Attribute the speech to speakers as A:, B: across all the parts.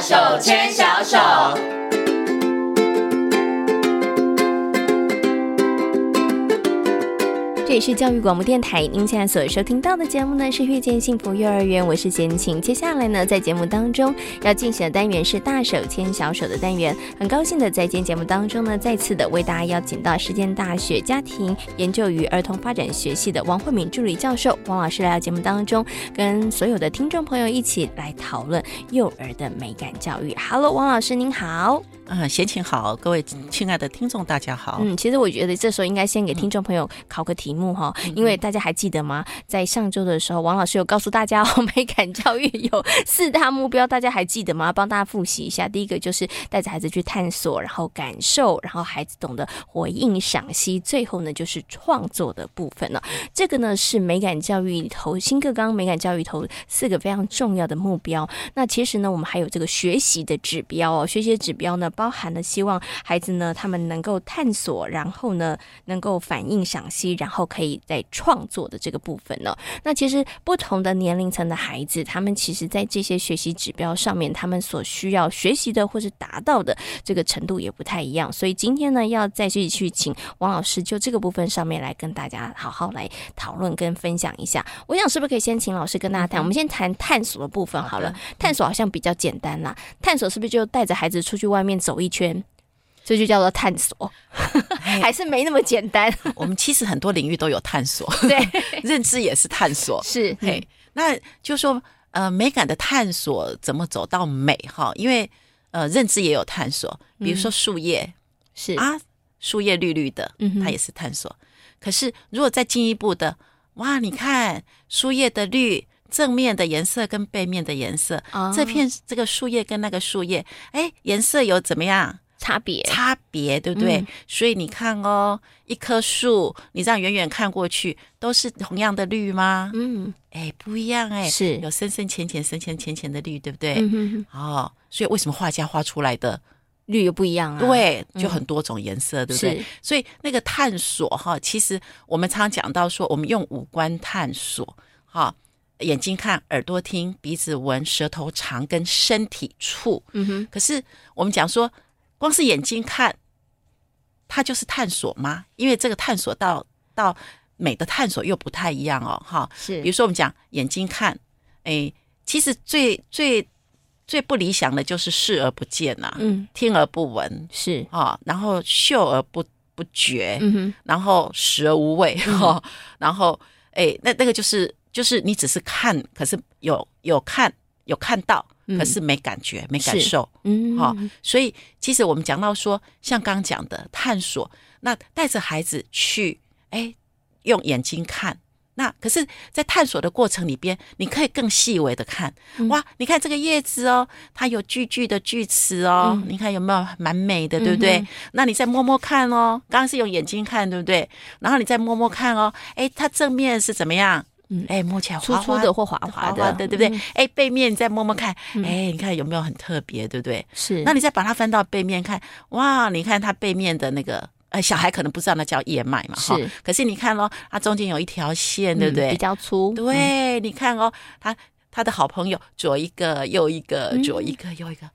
A: 手牵小手。
B: 这里是教育广播电台，您现在所收听到的节目呢是《遇见幸福幼儿园》，我是简晴。接下来呢，在节目当中要进行的单元是“大手牵小手”的单元。很高兴的在今天节目当中呢，再次的为大家邀请到实践大学家庭研究与儿童发展学系的王慧敏助理教授王老师来到节目当中，跟所有的听众朋友一起来讨论幼儿的美感教育。Hello，王老师您好。
C: 啊，闲情好，各位亲爱的听众，大家好。
B: 嗯嗯，其实我觉得这时候应该先给听众朋友考个题目哈，因为大家还记得吗？在上周的时候，王老师有告诉大家哦， 美感教育有四大目标，大家还记得吗？帮大家复习一下，第一个就是带着孩子去探索，然后感受，然后孩子懂得回应、赏析，最后呢就是创作的部分了、这个呢是美感教育里头新课纲美感教育里头四个非常重要的目标。那其实呢，我们还有这个学习的指标哦，学习的指标呢，包含了希望孩子呢，他们能够探索，然后呢，能够反应、赏析，然后可以在创作的这个部分呢、那其实不同的年龄层的孩子，他们其实在这些学习指标上面，他们所需要学习的或是达到的这个程度也不太一样。所以今天呢，要再去去请王老师就这个部分上面来跟大家好好来讨论跟分享一下。我想是不是可以先请老师跟大家谈？我们先谈探索的部分嗯好了。探索好像比较简单啦，探索是不是就带着孩子出去外面走一圈？这就叫做探索，
C: 哎
B: 还是没那么简 单。
C: 我们其实很多领域都有探索，
B: 对，嗯
C: 认知也是探索。
B: 是，
C: 嘿，那就说呃，美感的探索怎么走到美哈？因为呃，认知也有探索，比如说树叶、
B: 嗯是，
C: 啊，树叶绿绿的，
B: 嗯哼
C: 它也是探索。可是如果再进一步的，哇，你看树叶的绿。正面的颜色跟背面的颜色，
B: 哦
C: 这片这个树叶跟那个树叶，哎，颜色有怎么样？
B: 差别
C: 差别，对不对？
B: 嗯
C: 所以你看哦，一棵树，你这样远远看过去，都是同样的绿吗？
B: 嗯，
C: 哎、不一样哎、
B: 是
C: 有深深浅浅、深深浅浅的绿，对不对？
B: 嗯哼哼
C: 哦，所以为什么画家画出来的、
B: 绿又不一样啊。，
C: 对，就很多种颜色，对不对
B: 是？
C: 所以那个探索哈，其实我们常讲到说，我们用五官探索哈。眼睛看，耳朵听，鼻子闻，舌头尝，跟身体触，
B: 嗯哼，
C: 可是我们讲说，光是眼睛看，它就是探索吗？因为这个探索到到美的探索又不太一样哦，哈。比如
B: 是，
C: 说我们讲眼睛看，哎，其实最最最不理想的就是视而不见呐、
B: 嗯，
C: 听而不闻
B: 是，
C: 啊、然后嗅而不不觉，
B: 嗯哼，
C: 然后食而无味哈、然后哎，那那个就是就是你只是看，可是有有看有看到，
B: 嗯
C: 可是没感觉、没感
B: 是
C: 受。
B: 嗯，
C: 好、所以其实我们讲到说，像刚刚讲的探索，那带着孩子去，哎，用眼睛看。那可是，在探索的过程里边，你可以更细微的看，
B: 嗯
C: 哇，你看这个叶子哦，它有锯锯的锯齿哦，
B: 嗯
C: 你看有没有蛮美的，对不对？那你再摸摸看哦，刚刚是用眼睛看，对不对？然后你再摸摸看哦，哎，它正面是怎么样？
B: 嗯
C: 哎，摸起来
B: 粗
C: 滑
B: 粗
C: 滑
B: 的或嗯滑
C: 滑
B: 滑
C: 滑
B: 的，
C: 的，对不对？哎、背面你再摸摸看，哎、你看有没有很特别，对不对？
B: 是，
C: 那你再把它翻到背面看，哇，你看它背面的那个，呃，小孩可能不知道那叫叶脉嘛，哈
B: 是。
C: 可是你看咯，它中间有一条线，
B: 嗯
C: 对不对？
B: 比较粗，嗯
C: 对，你看哦，他他的好朋友左一个，右一个，
B: 嗯
C: 左一个，右一个，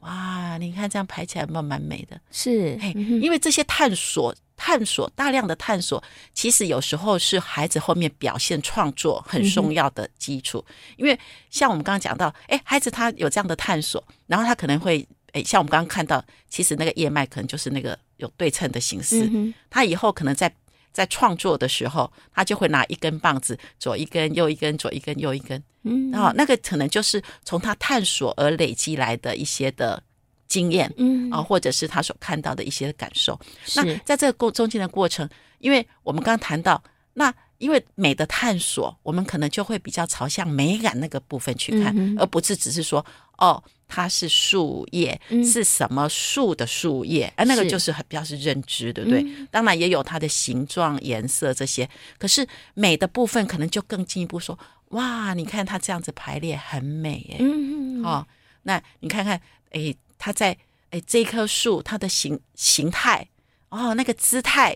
C: 哇，你看这样排起来有没有蛮美的？
B: 是，
C: 嘿，
B: 嗯哼
C: 哎因为这些探索、探索大量的探索，其实有时候是孩子后面表现创作
B: 嗯
C: 很重要的基础。因为像我们刚刚讲到，哎，孩子他有这样的探索，然后他可能会，哎，像我们刚刚看到，其实那个叶脉可能就是那个有对称的形式，
B: 嗯哼
C: 他以后可能在。在创作的时候，他就会拿一根棒子，左一根，右一根，左一根，右一根，
B: 嗯
C: 然后那个可能就是从他探索而累积来的一些的经验。
B: 嗯
C: 啊，，或者是他所看到的一些感受。那
B: 是，
C: 在这个过中间的过程，因为我们刚刚谈到，那因为美的探索，我们可能就会比较朝向美感那个部分去看，呃
B: 嗯哼
C: 而不是只是说哦，它是树叶，
B: 嗯
C: 是什么树的树叶，啊，那个
B: 是嗯
C: 就是很比较是认知，对不对？当然也有它的形状、颜色这些，可是美的部分可能就更进一步说，哇，你看它这样子排列很美耶、
B: 嗯，嗯，
C: 哦，那你看看，诶，它在诶这一棵树它的形形态，哦，那个姿态，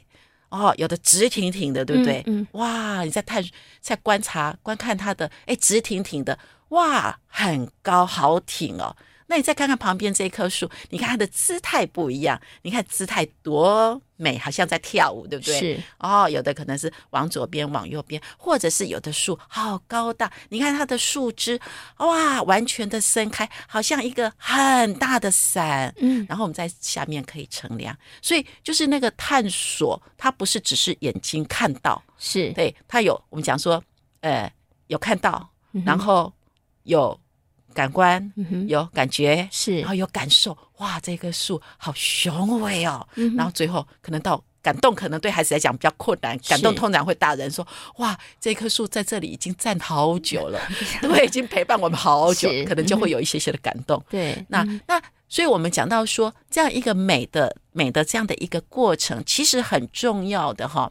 C: 哦，有的直挺挺的，对不对？
B: 嗯嗯
C: 哇，你在探在观察观看它的，诶，直挺挺的，哇，很高，好挺哦。那你再看看旁边这一棵树，你看它的姿态不一样，你看姿态多美，好像在跳舞，对不对？
B: 是
C: 哦，有的可能是往左边、往右边，或者是有的树好高大，你看它的树枝，哇，完全的伸开，好像一个很大的伞。
B: 嗯，
C: 然后我们在下面可以乘凉，所以就是那个探索，它不是只是眼睛看到，
B: 是，
C: 对，它有我们讲说，呃，有看到，
B: 嗯哼
C: 然后有感官，
B: 嗯哼，
C: 有感觉，
B: 是
C: 然，后有感受，哇，这棵树好雄伟哦，
B: 嗯哼
C: 然后最后可能到感动，可能对孩子来讲比较困难，感动
B: 是
C: 通常会大人说：“哇，这棵树在这里已经站好久 了，对，已经陪伴我们好久
B: 是，
C: 可能就会有一些些的感动。
B: 对，
C: 那
B: 嗯
C: 那，所以我们讲到说，这样一个美的美的这样的一个过程，其实很重要的哈。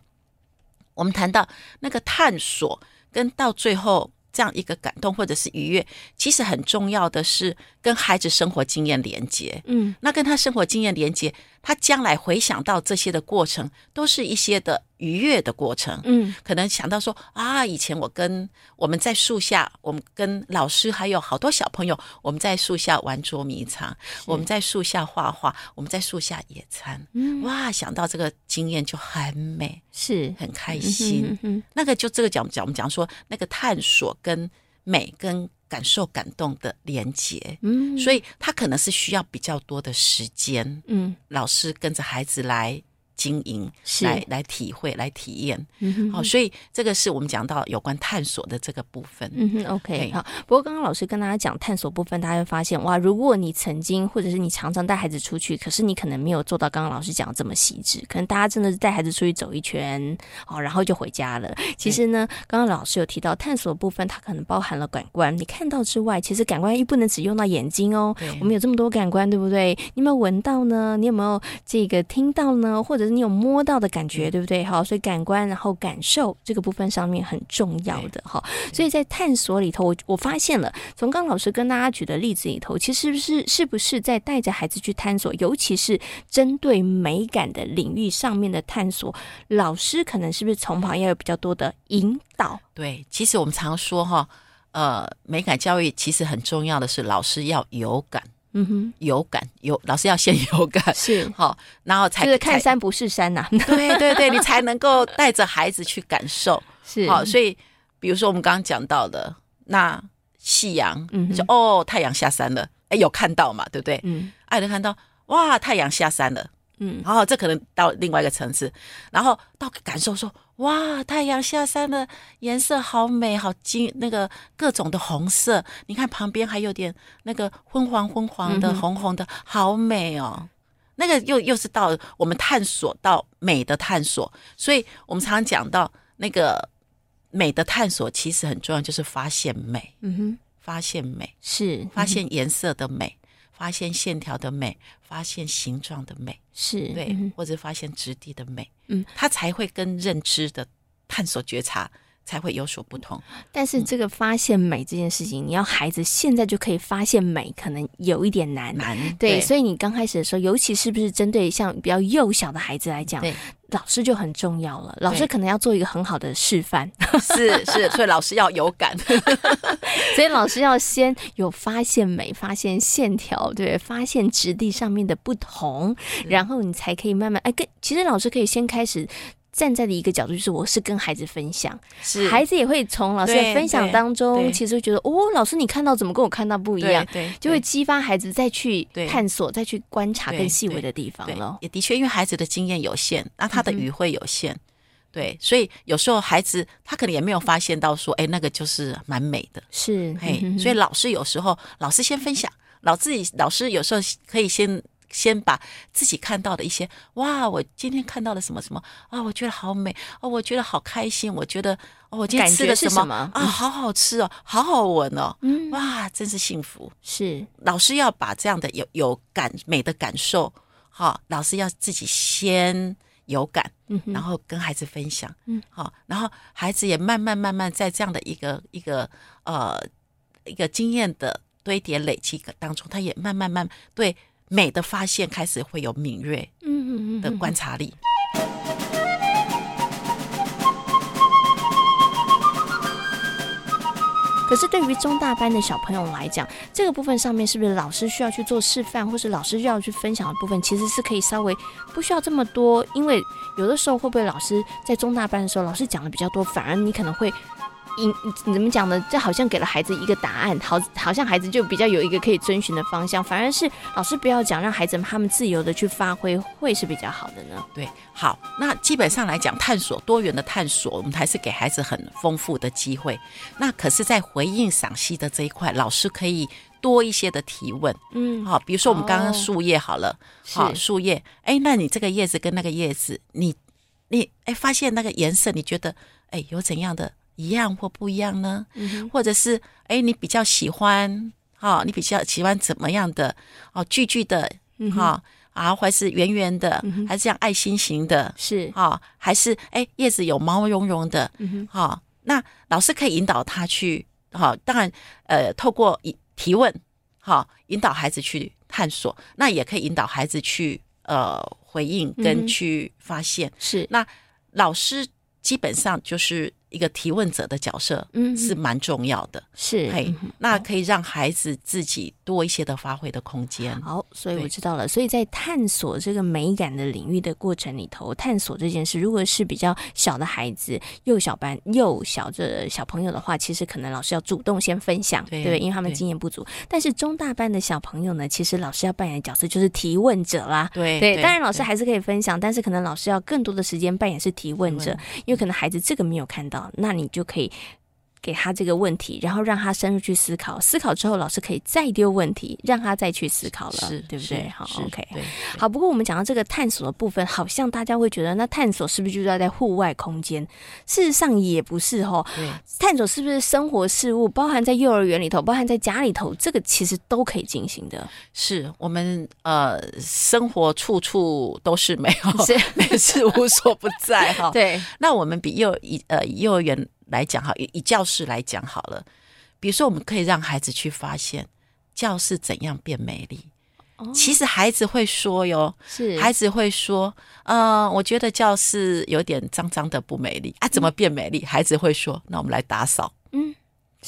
C: 我们谈到那个探索，跟到最后这样一个感动或者是愉悦，其实很重要的是跟孩子生活经验连接。
B: 嗯，
C: 那跟他生活经验连接，他将来回想到这些的过程，都是一些的愉悦的过程。
B: 嗯，
C: 可能想到说啊，以前我跟我们在树下，我们跟老师还有好多小朋友，我们在树下玩捉迷藏，我们在树下画画，我们在树下野餐。
B: 嗯，
C: 哇，想到这个经验就很美，
B: 是，
C: 很开
B: 嗯
C: 心。
B: 哼嗯哼
C: 那个就这个讲讲，我们讲说那个探索跟美跟感受感动的连接。
B: 嗯，
C: 所以他可能是需要比较多的时间，
B: 嗯，
C: 老师跟着孩子来经营，
B: 是
C: 来来体会、来体验。
B: 嗯哼
C: 好、所以这个是我们讲到有关探索的这个部分。
B: 嗯哼，OK，
C: 对
B: 好。不过刚刚老师跟大家讲探索部分，大家会发现哇，如果你曾经或者是你常常带孩子出去，可是你可能没有做到刚刚老师讲的这么细致，可能大家真的是带孩子出去走一圈，哦，然后就回家了。其实呢，刚刚老师有提到探索部分，它可能包含了感官，你看到之外，其实感官亦不能只用到眼睛哦。
C: 对
B: 我们有这么多感官，对不对？你有没有闻到呢？你有没有这个听到呢？或者是你有摸到的感
C: 嗯
B: 觉，对不对？好，所以感官然后感受这个部分上面很重要的哈。所以在探索里头，我我发现了，从刚老师跟大家举的例子里头，其实是不是是不是在带着孩子去探索，尤其是针对美感的领域上面的探索，老师可能是不是从旁要有比较多的引导？
C: 对，其实我们常说哈，呃，美感教育其实很重要的是老师要有感，
B: 嗯哼，
C: 有感有老师要先有感，
B: 是。
C: 好、然后才
B: 就是看
C: 才
B: 山不是山呐、
C: 对对对，你才能够带着孩子去感受。
B: 是
C: 好、所以比如说我们刚刚讲到的，那夕阳，
B: 嗯哼
C: 就哦，太阳下山了，哎，有看到嘛，对不对？
B: 嗯
C: 爱德看到，哇，太阳下山了，
B: 嗯，
C: 然后这可能到另外一个层次，然后到感受说，哇，太阳下山了，颜色好美，好金，那个各种的红色，你看旁边还有点那个昏黄昏黄的、
B: 嗯哼
C: 红红的，好美哦。那个又又是到我们探索到美的探索，所以我们常常讲到那个美的探索其实很重要，就是发现美，
B: 嗯哼，
C: 发现美。
B: 是嗯
C: 发现颜色的美，发现线条的美，发现形状的美，
B: 是
C: 对，
B: 嗯
C: 或者发现质地的美，
B: 嗯，
C: 它才会跟认知的探索觉察才会有所不同。
B: 但
C: 嗯
B: 是这个发现美这件事情，你要孩子现在就可以发现美，可能有一点难。
C: 难
B: 对，所以你刚开始的时候，尤其是不是针对像比较幼小的孩子来讲，
C: 对，
B: 老师就很重要了。老师
C: 对
B: 可能要做一个很好的 示范，
C: 是是，所以老师要有感，
B: 所以老师要先有发现美，发现线条，对，发现质地上面的不同，
C: 嗯
B: 然后你才可以慢慢哎，跟其实老师可以先开始。站在的一个角度就是，我是跟孩子分享，
C: 是
B: 孩子也会从老师的
C: 对
B: 分享
C: 对
B: 当中，
C: 对
B: 其实会觉得哦，老师你看到怎么跟我看到不一
C: 对
B: 样，
C: 对，
B: 就会激发孩子再去
C: 对
B: 探索、再去观察
C: 对
B: 更细微
C: 对
B: 的地方
C: 对
B: 了。
C: 也的确，因为孩子的经验有限，那他的
B: 嗯哼
C: 语汇有限。对，所以有时候孩子他可能也没有发现到说，哎，那个就是蛮美的，
B: 是，
C: 嘿
B: 嗯，哼
C: 所以老师有时候老师先分享，老自己老师有时候可以先先把自己看到的一些哇，我今天看到了什么什么啊，我觉得好美哦，我觉得好开心，我觉得哦，我今天
B: 感
C: 吃
B: 觉
C: 了
B: 是
C: 什么
B: 什么
C: 啊，好好吃哦，好好闻哦，
B: 嗯
C: 哇，真是幸福。
B: 是
C: 老师要把这样的有有感美的感受，哈、老师要自己先有感，
B: 嗯
C: 然后跟孩子分享，
B: 嗯，
C: 好、然后孩子也慢慢慢慢在这样的一个一个呃一个经验的堆叠累积当中，他也慢慢慢对美的发现开始会有敏锐
B: 嗯嗯
C: 的观察力。
B: 可是对于中大班的小朋友来讲，这个部分上面是不是老师需要去做示范，或是老师要去分享的部分，其实是可以稍微不需要这么多，因为有的时候会不会老师在中大班的时候，老师讲的比较多，反而你可能会。引你怎么讲呢？这好像给了孩子一个答案，好，好像孩子就比较有一个可以遵循的方向。反而是老师不要讲，让孩子们他们自由的去发挥，会是比较好的呢。
C: 对，好，那基本上来讲，探索多元的探索，我们还是给孩子很丰富的机会。那可是，在回应赏析的这一块，老师可以多一些的提问。
B: 嗯，
C: 好、比如说我们刚
B: 哦
C: 刚树叶好了，
B: 是
C: 好、树叶，哎，那你这个叶子跟那个叶子，你你哎发现那个颜色，你觉得哎有怎样的一样或不一样呢？
B: 嗯
C: 或者是哎你比较喜欢，好、你比较喜欢怎么样的哦聚聚的，
B: 嗯哼，嗯
C: 哈、啊，还是圆圆的，还是像爱心型的，
B: 是，
C: 哈、还是哎叶子有毛茸茸的，
B: 嗯哼，
C: 哈、那老师可以引导他去，哈、当然，呃，透过以提问，哈、引导孩子去探索，那也可以引导孩子去呃回应
B: 嗯哼
C: 跟去发现。
B: 是，
C: 那老师基本上就是一个提问者的角色，
B: 嗯
C: 是蛮重要的，
B: 是，
C: 嘿
B: 嗯哼，
C: 那可以让孩子自己多一些的发挥的空间。
B: 好，所以我
C: 对
B: 知道了。所以在探索这个美感的领域的过程里头，探索这件事，如果是比较小的孩子、幼小班、幼小这小朋友的话，其实可能老师要主动先分享，
C: 对
B: 对不对？因为他们
C: 对
B: 经验不足。但是中大班的小朋友呢，其实老师要扮演的角色就是提问者啦。
C: 哎对
B: 对，当然老师
C: 对
B: 还是可以分享，但是可能老师要更多的时间扮演是提问
C: 提
B: 者
C: 问，
B: 因为可能孩子这个没有看到，那你就可以给他这个问题，然后让他深入去思考，思考之后老师可以再丢问题，让他再去思考了，
C: 是，
B: 对不对？
C: 是
B: 好
C: 是
B: ，OK。
C: 对，
B: 好，不过我们讲到这个探索的部分，好像大家会觉得那探索是不是就要在户外空间？事实上也不是哦，
C: 对。
B: 探索是不是生活事物，包含在幼儿园里头，包含在家里头，这个其实都可以进行的。
C: 是我们呃，生活处处都是美好，
B: 是
C: 美事无所不 在哈。，
B: 对，
C: 那我们比幼以呃以幼儿园来讲哈，以以教室来讲好了，比如说我们可以让孩子去发现教室怎样变美丽。
B: 哦
C: 其实孩子会说哟，
B: 是
C: 孩子会说，嗯，我觉得教室有点脏脏的，不美丽啊，怎么变美丽？孩子会说，那我们来打扫，
B: 嗯，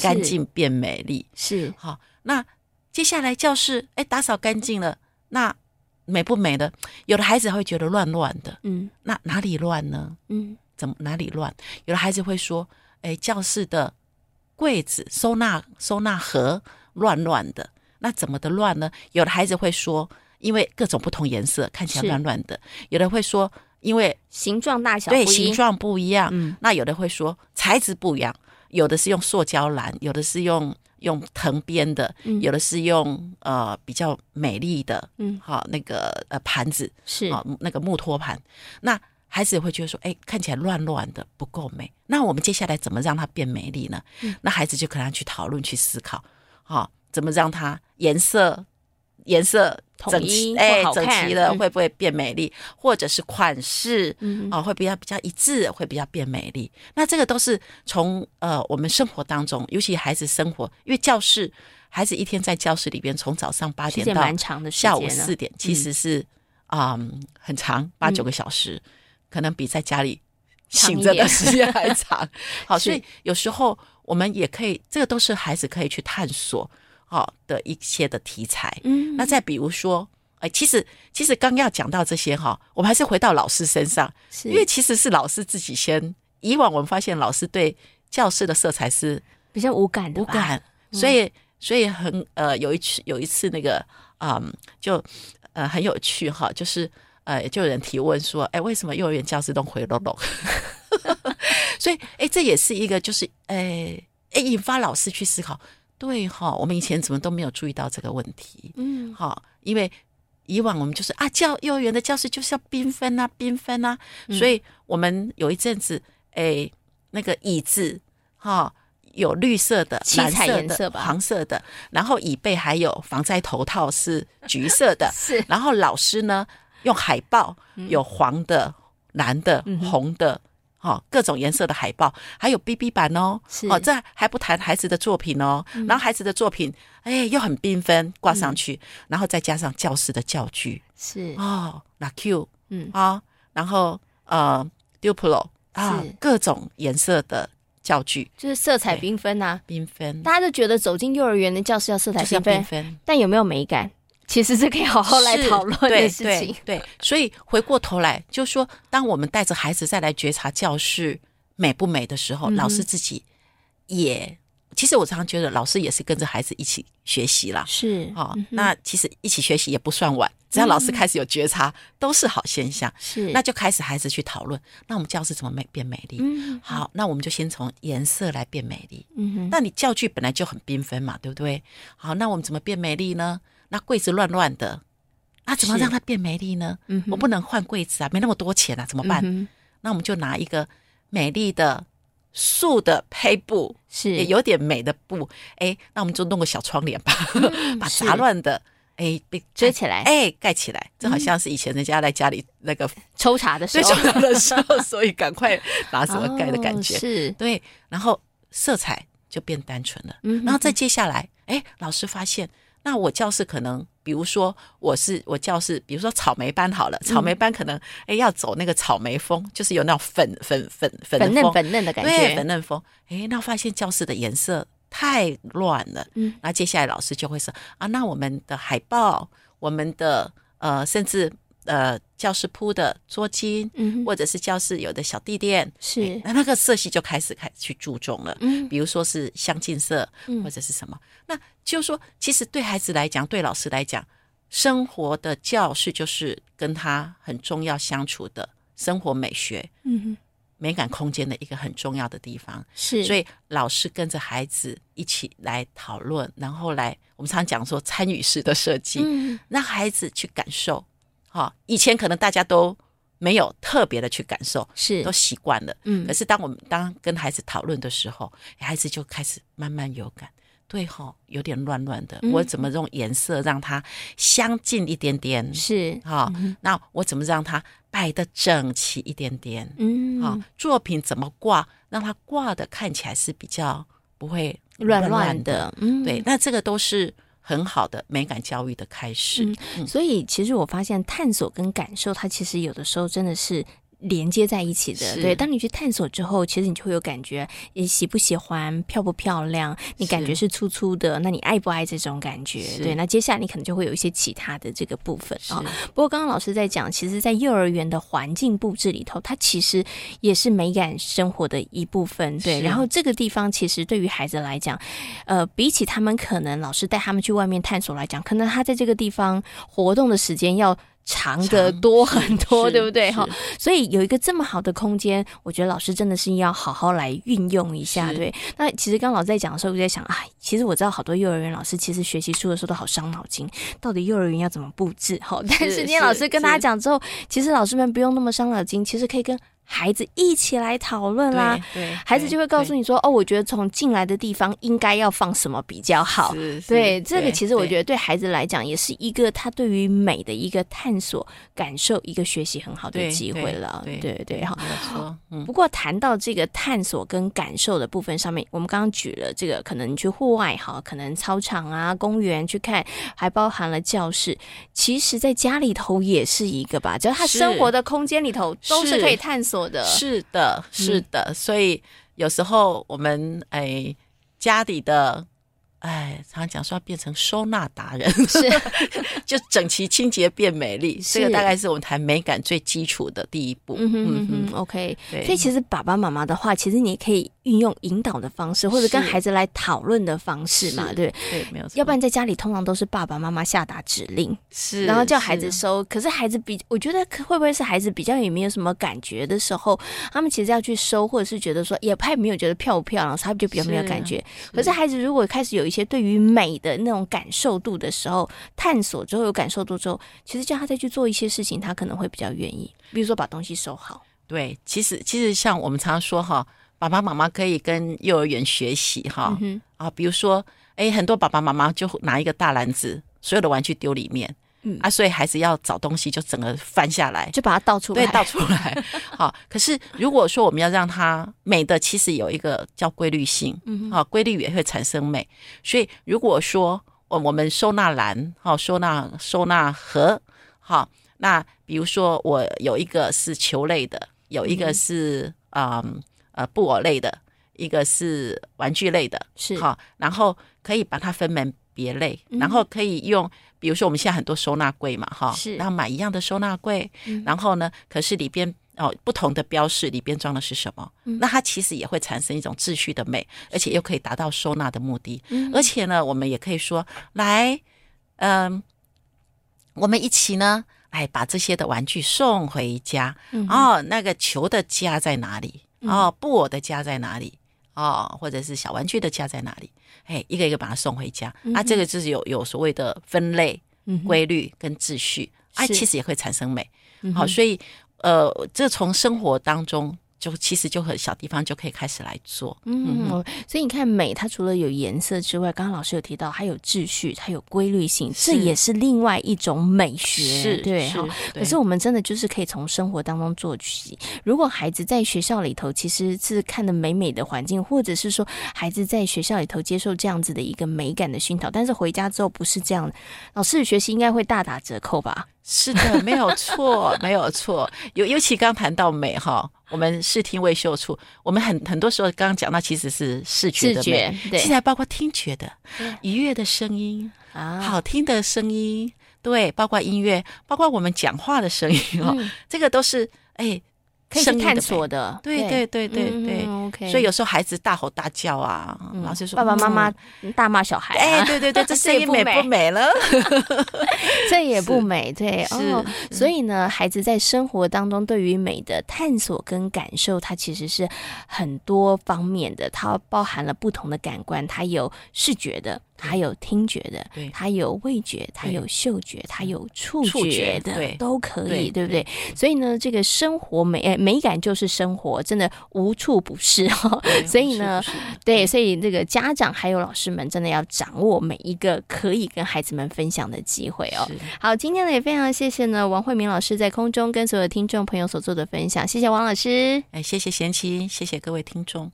C: 干
B: 是
C: 净变美丽。
B: 是
C: 好，那接下来教室，哎，打扫干净了，那美不美呢？有的孩子会觉得乱乱的，
B: 嗯
C: 那哪里乱呢？
B: 嗯
C: 怎么哪里乱？有的孩子会说，哎，教室的柜子、收纳收纳盒乱乱的，那怎么的乱呢？有的孩子会说，因为各种不同颜色看起来
B: 是
C: 乱乱的；有的会说，因为
B: 形状大小
C: 对
B: 不一
C: 形状不一样，
B: 嗯
C: 那有的会说材质不一样，有的是用塑胶篮，有的是用用藤编的，
B: 嗯
C: 有的是用呃比较美丽的，
B: 嗯
C: 好、那个呃盘子，
B: 是
C: 好、那个木托盘，那孩子会觉得说，哎，看起来乱乱的，不够美。那我们接下来怎么让它变美丽呢？
B: 嗯
C: 那孩子就可能要去讨论、去思考，好、怎么让它颜色。颜色
B: 统
C: 整
B: 一
C: 齐，
B: 或
C: 哎，
B: 好
C: 整
B: 看
C: 齐了
B: 嗯
C: 会不会变美丽？或者是款式，
B: 嗯哼
C: 哦，会比较比较一致，会比较变美丽。那这个都是从呃我们生活当中，尤其孩子生活，因为教室孩子一天在教室里边，从早上八
B: 是
C: 点
B: 件
C: 到
B: 蛮长的时间
C: 下
B: 了嗯
C: 午四点，其实是啊、嗯很长，八九个小时，可能比在家里
B: 长一
C: 醒着
B: 点
C: 的时间还 长。好，所
B: 是
C: 以有时候我们也可以，这个都是孩子可以去探索好、哦、的一些的题材。
B: 嗯
C: 那再比如说，哎、其实其实刚要讲到这些哈，我们还是回到老师身上，
B: 是
C: 因为其实是老师自己先。以往我们发现老师对教室的色彩是
B: 比较无感的
C: 无
B: 吧，
C: 感，所以所以很呃有一次有一次那个嗯就呃很有趣哈，就是呃就有人提问说，哎、为什么幼儿园教室都灰隆隆？ 所以哎、这也是一个就是哎哎、引发老师去思考，对哈，我们以前怎么都没有注意到这个问题，
B: 嗯
C: 好、因为以往我们就是啊，教幼儿园的教室就是要缤纷啊，缤纷啊，
B: 嗯
C: 所以我们有一阵子，哎，那个椅子哈、有绿色的、
B: 七
C: 蓝
B: 彩
C: 色
B: 颜色
C: 的、
B: 吧，
C: 黄色的，然后椅背还有防灾头套是橘色的
B: 是
C: 然后老师呢用海报有黄的、蓝的、
B: 嗯嗯哼
C: 红的。好，各种颜色的海报，还有 BB 版哦，
B: 是嗯
C: 哦，这还不谈孩子的作品哦，然后孩子的作品，哎，又很缤纷，挂上去，然后再加上教室的教具
B: 嗯是
C: 哦，那 Q 哦
B: 嗯
C: 啊、然后呃 Duplo 啊
B: 是，
C: 各种颜色的教具
B: 就是色彩缤纷呐、
C: 缤纷，
B: 大家都觉得走进幼儿园的教室要色彩
C: 就是要
B: 缤
C: 缤
B: 纷，
C: 纷。
B: 但有没有美感？其实是可以 好好来
C: 是
B: 讨论的
C: 对
B: 事
C: 对
B: 情。
C: 对所以回过头来，就说当我们带着孩子再来觉察教室美不美的时候，
B: 嗯哼
C: 老师自己也，其实我常常觉得老师也是跟着孩子一起学习啦。
B: 是
C: 哦，
B: 嗯哼嗯
C: 那其实一起学习也不算晚，只要老师开始有觉察，都是好现象。
B: 是
C: 那就开始孩子去讨论，那我们教室怎么美变美丽？
B: 嗯
C: 好，那我们就先从颜色来变美丽。
B: 嗯哼
C: 那你教具本来就很缤纷嘛，对不对？好，那我们怎么变美丽呢？那柜子乱乱的，那怎么
B: 是
C: 让它变美丽呢？
B: 嗯哼
C: 我不能换柜子啊，没那么多钱啊，怎么办？
B: 嗯哼
C: 那我们就拿一个美丽的素的胚布，
B: 是
C: 也有点美的布，哎，那我们就弄个小窗帘吧， 把
B: 嗯是
C: 杂乱的哎被
B: 遮起来嗯
C: 哎盖起来，这好像是以前人家来家里那个
B: 抽查的时
C: 最
B: 候
C: 重要的时候，所以赶快拿什么盖的感
B: 哦
C: 觉。
B: 是
C: 对，然后色彩就变单纯了。
B: 嗯哼
C: 然后再接下来，哎，老师发现，那我教室可能，比如说我是我教室，比如说草莓班好了，草莓班可能哎要走那个草莓风，就是有那种粉粉粉粉的
B: 粉嫩
C: 风
B: 粉嫩的感
C: 对，
B: 觉
C: 粉，嫩风。哎，那发现教室的颜色太乱了。
B: 嗯，
C: 那接下来老师就会说啊，那我们的海报，我们的呃，甚至呃，教室铺的桌巾，
B: 嗯哼
C: 或者是教室有的小地垫，哎
B: 是
C: 那那个色系就开始开始去注重了。
B: 嗯
C: 比如说是相近色，
B: 嗯
C: 或者是什么，那就是说，其实对孩子来讲，对老师来讲，生活的教室就是跟他很重要相处的生活美学、
B: 嗯哼
C: 美感空间的一个很重要的地方。
B: 是，
C: 所
B: 以
C: 以老师跟着孩子一起来讨论，然后来我们常讲说参与式的设计，
B: 嗯
C: 让孩子去感受。哈、以前可能大家都没有特别的去感受，
B: 是
C: 都习惯了。
B: 嗯
C: 可是当我们当跟孩子讨论的时候，哎孩子就开始慢慢有感，对吼、有点乱乱的，
B: 嗯
C: 我怎么用颜色让它相近一点点？
B: 是嗯
C: 哈、那我怎么让它摆的整齐一点点？
B: 嗯
C: 啊、作品怎么挂，让它挂的看起来是比较不会
B: 乱
C: 乱
B: 乱的嗯
C: 对，那这个都是很好的美感教育的开始。
B: 嗯所以其实我发现探索跟感受，它其实有的时候真的是。连接在一起的，
C: 是
B: 对。当你去探索之后，其实你就会有感觉，你喜不喜欢，漂不漂亮，你感觉是粗粗的，那你爱不爱这种感觉？
C: 是
B: 对。那接下来你可能就会有一些其他的这个部分
C: 是
B: 啊、不过刚刚老师在讲，其实，在幼儿园的环境布置里头，它其实也是美感生活的一部分，对。
C: 是
B: 然后这个地方其实对于孩子来讲，呃，比起他们可能老师带他们去外面探索来讲，可能他在这个地方活动的时间要长得
C: 长
B: 多很多，
C: 是
B: 对不对？
C: 是
B: 哈，所以有一个这么好的空间，我觉得老师真的是要好好来运用一下。
C: 是
B: 对，那其实刚刚老师在讲的时候，我就在想，哎，其实我知道好多幼儿园老师其实学习书的时候都好伤脑筋，到底幼儿园要怎么布置？哈，但是
C: 是
B: 今天老师
C: 是
B: 跟大家
C: 是
B: 讲之后，其实老师们不用那么伤脑筋，其实可以跟孩子一起来讨论啦。
C: 对嗯对，
B: 孩子就会告诉
C: 你，
B: 你说：“哦，我觉得从进来的地方应该要放什么比较好。”
C: 是是
B: 对，这个其实我觉
C: 得
B: 得对孩子来讲，也是一个他对于美的一个探索、感受、一个学习很好的机会了。
C: 对
B: 对对，好。
C: 没有错，嗯，
B: 不过谈到这个探索跟感受的部分上面，我们刚刚举了这个，可能你去户外哈，可能操场啊、公园去看，还包含了教室。其实，在家里头也是一个吧，只要他
C: 是
B: 生活的空间里头都是
C: 是
B: 可以探索的。嗯
C: 是的，是的，所以有时候我们哎家里的。哎，常讲说要变成收纳达人，
B: 是
C: 就整齐、清洁变美丽，
B: 是
C: 这个大概是我们谈美感最基础的第一步。
B: 嗯哼嗯哼，OK。
C: 对
B: 所以其实爸爸妈妈的话，其实你也可以运用引导的方式，或者跟
C: 是
B: 孩子来讨论的方式嘛，
C: 是
B: 对。
C: 对，没有错，
B: 要不然在家里通常都是爸爸妈妈下达指令，
C: 是，
B: 然后叫孩子
C: 是
B: 收。可是孩子比，我觉得可会不会是孩子比较也没有什么感觉的时候，他们其实要去收，或者是觉得说也怕没有觉得漂不漂亮，所以他们就比较没有
C: 是
B: 感觉。
C: 是
B: 可是孩子如果开始有一些对于美的那种感受度的时候，探索之后有感受度之后，其实叫他再去做一些事情，他可能会比较愿意，比如说把东西收好。
C: 对，其实其实像我们常说哈，爸爸妈妈可以跟幼儿园学习哈、
B: 嗯
C: 啊，比如说，哎，很多爸爸妈妈就拿一个大篮子，所有的玩具丢里面，
B: 嗯
C: 啊，所以孩子要找东西就整个翻下来
B: 哼，，就把它倒出来。
C: 对，倒出来。 好，可是如果说我们要让它美的，其实有一个叫规律性，
B: 嗯
C: 好、规律也会产生美。所以如果说我我们收纳篮，好、收纳收纳盒，好、那比如说我呃有一个是球类的，有一个是嗯呃布偶类的，一个是玩具类的，
B: 是
C: 好，然后可以把它分门别类，
B: 嗯
C: 然后可以用，比如说我们现在很多收纳柜嘛，哈，啊
B: 是
C: 然后买一样的收纳柜，
B: 嗯
C: 然后呢，可是里边哦不同的标示里边装的是什么，
B: 嗯
C: 那它其实也会产生一种秩序的美，而且又可以达到收纳的目的，
B: 嗯
C: 而且呢，我们也可以说来，嗯、我们一起呢。来把这些的玩具送回家，
B: 嗯
C: 哦，那个球的家在哪里？哦，布偶的家在哪里？哦，或者是小玩具的家在哪里？哎，一个一个把它送回家。
B: 嗯
C: 啊，
B: 哼
C: 这个就是有有所谓的分类、
B: 嗯
C: 规律跟秩序，啊，
B: 是
C: 其实也会产生美。
B: 嗯
C: 好、
B: 哼
C: 所以呃，这从生活当中就其实就很小地方就可以开始来做。
B: 嗯，哦所以你看美，它除了有颜色之外，刚刚老师有提到，它有秩序，它有规律性，这
C: 是
B: 也是另外一种美学，
C: 是，
B: 对
C: 是
B: 哈。
C: 对
B: 可是我们真的就是可以从生活当中做起。如果孩子在学校里头其实是看的美美的环境，或者是说孩子在学校里头接受这样子的一个美感的熏陶，但是回家之后不是这样，老师的学习应该会大打折扣吧？
C: 是的，没有错，没有错。 尤尤其刚谈到美哈，我们视听味嗅触，我们很很多时候刚刚讲到其实是视觉
B: 视
C: 的美
B: 觉，对
C: 其实还包括听觉的
B: 对
C: 愉悦的声音、
B: 啊，
C: 好听的声音，对，包括音乐，包括我们讲话的声音哦，
B: 嗯
C: 这个都是哎，
B: 可以
C: 声
B: 去
C: 音的
B: 探
C: 美
B: 索的，
C: 对对对对
B: 嗯
C: 对
B: 嗯，OK。
C: 所以有时候孩子大吼大叫啊，老师说
B: 爸爸妈妈
C: 嗯
B: 大骂小孩、啊，
C: 哎，对对对， 这声
B: 这也
C: 音
B: 不
C: 美
B: 美
C: 不美了？
B: 这也不美，对
C: 是嗯
B: 哦。所以呢，孩子在生活当中对于美的探索跟感受，它其实是很多方面的，它包含了不同的感官，它有视觉的，它有听觉的
C: 对，嗯
B: 它有味觉，它有嗅觉，它有触
C: 触觉
B: 的，
C: 对
B: 都可以，
C: 对
B: 对不对？所以呢，这个生活美，哎，美感就是生活，真的无处不是哦。 所以 呢哎
C: 是，不是
B: 对，所以这个家长还有老师们真的要掌握每一个可以跟孩子们分享的机会哦。
C: 是
B: 好，今天呢也非常谢谢呢王慧明老师在空中跟所有听众朋友所做的分享，谢谢王老师。
C: 哎，谢谢贤妻，谢谢各位听众。